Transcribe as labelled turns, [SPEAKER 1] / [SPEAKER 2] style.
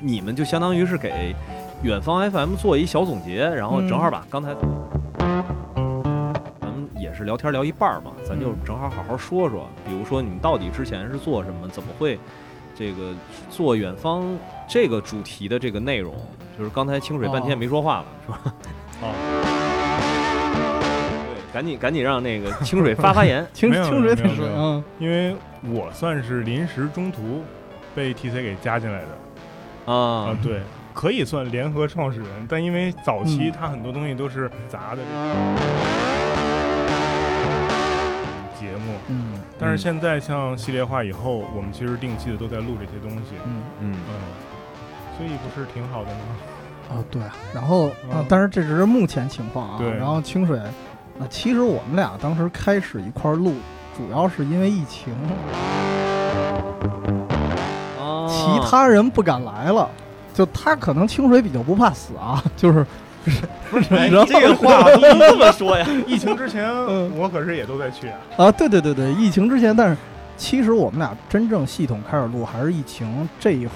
[SPEAKER 1] 你们就相当于是给远方 FM 做一小总结，然后正好把刚才
[SPEAKER 2] 嗯
[SPEAKER 1] 咱们也是聊天聊一半儿嘛，咱就正好好好说说，比如说你们到底之前是做什么，怎么会这个做远方这个主题的这个内容？就是刚才清水半天没说话了，是吧？
[SPEAKER 3] 哦，
[SPEAKER 1] 对，赶紧赶紧让那个清水发发言。
[SPEAKER 2] 清
[SPEAKER 3] 没有
[SPEAKER 2] 清水
[SPEAKER 3] 没
[SPEAKER 2] 得
[SPEAKER 3] 有
[SPEAKER 2] 说
[SPEAKER 3] 没，有
[SPEAKER 2] 嗯，
[SPEAKER 3] 因为我算是临时中途被 TC 给加进来的
[SPEAKER 1] 啊
[SPEAKER 3] 啊，，
[SPEAKER 2] 嗯
[SPEAKER 3] 对，可以算联合创始人，但因为早
[SPEAKER 2] 嗯
[SPEAKER 3] 期他很多东西都是砸的节目，
[SPEAKER 2] 嗯
[SPEAKER 3] 但是
[SPEAKER 1] 嗯
[SPEAKER 3] 现在像系列化以后，我们其实定期的都在录这些东西，
[SPEAKER 2] 嗯
[SPEAKER 1] 嗯
[SPEAKER 3] 嗯，所以不是挺 好的吗？
[SPEAKER 2] 啊对啊，然后啊
[SPEAKER 3] 嗯，
[SPEAKER 2] 但是这只是目前情况啊。
[SPEAKER 3] 对
[SPEAKER 2] 然后清水，啊，其实我们俩当时开始一块儿录，主要是因为疫情，
[SPEAKER 1] 啊，
[SPEAKER 2] 哦其他人不敢来了。就他可能清水比较不怕死啊， 就是
[SPEAKER 1] 哎
[SPEAKER 2] 然后
[SPEAKER 1] 这个话不能这么说呀。
[SPEAKER 3] 疫情之前
[SPEAKER 2] 嗯
[SPEAKER 3] 我可是也都在去啊，
[SPEAKER 2] 啊，对对对对，疫情之前，但是其实我们俩真正系统开始录还是疫情这一回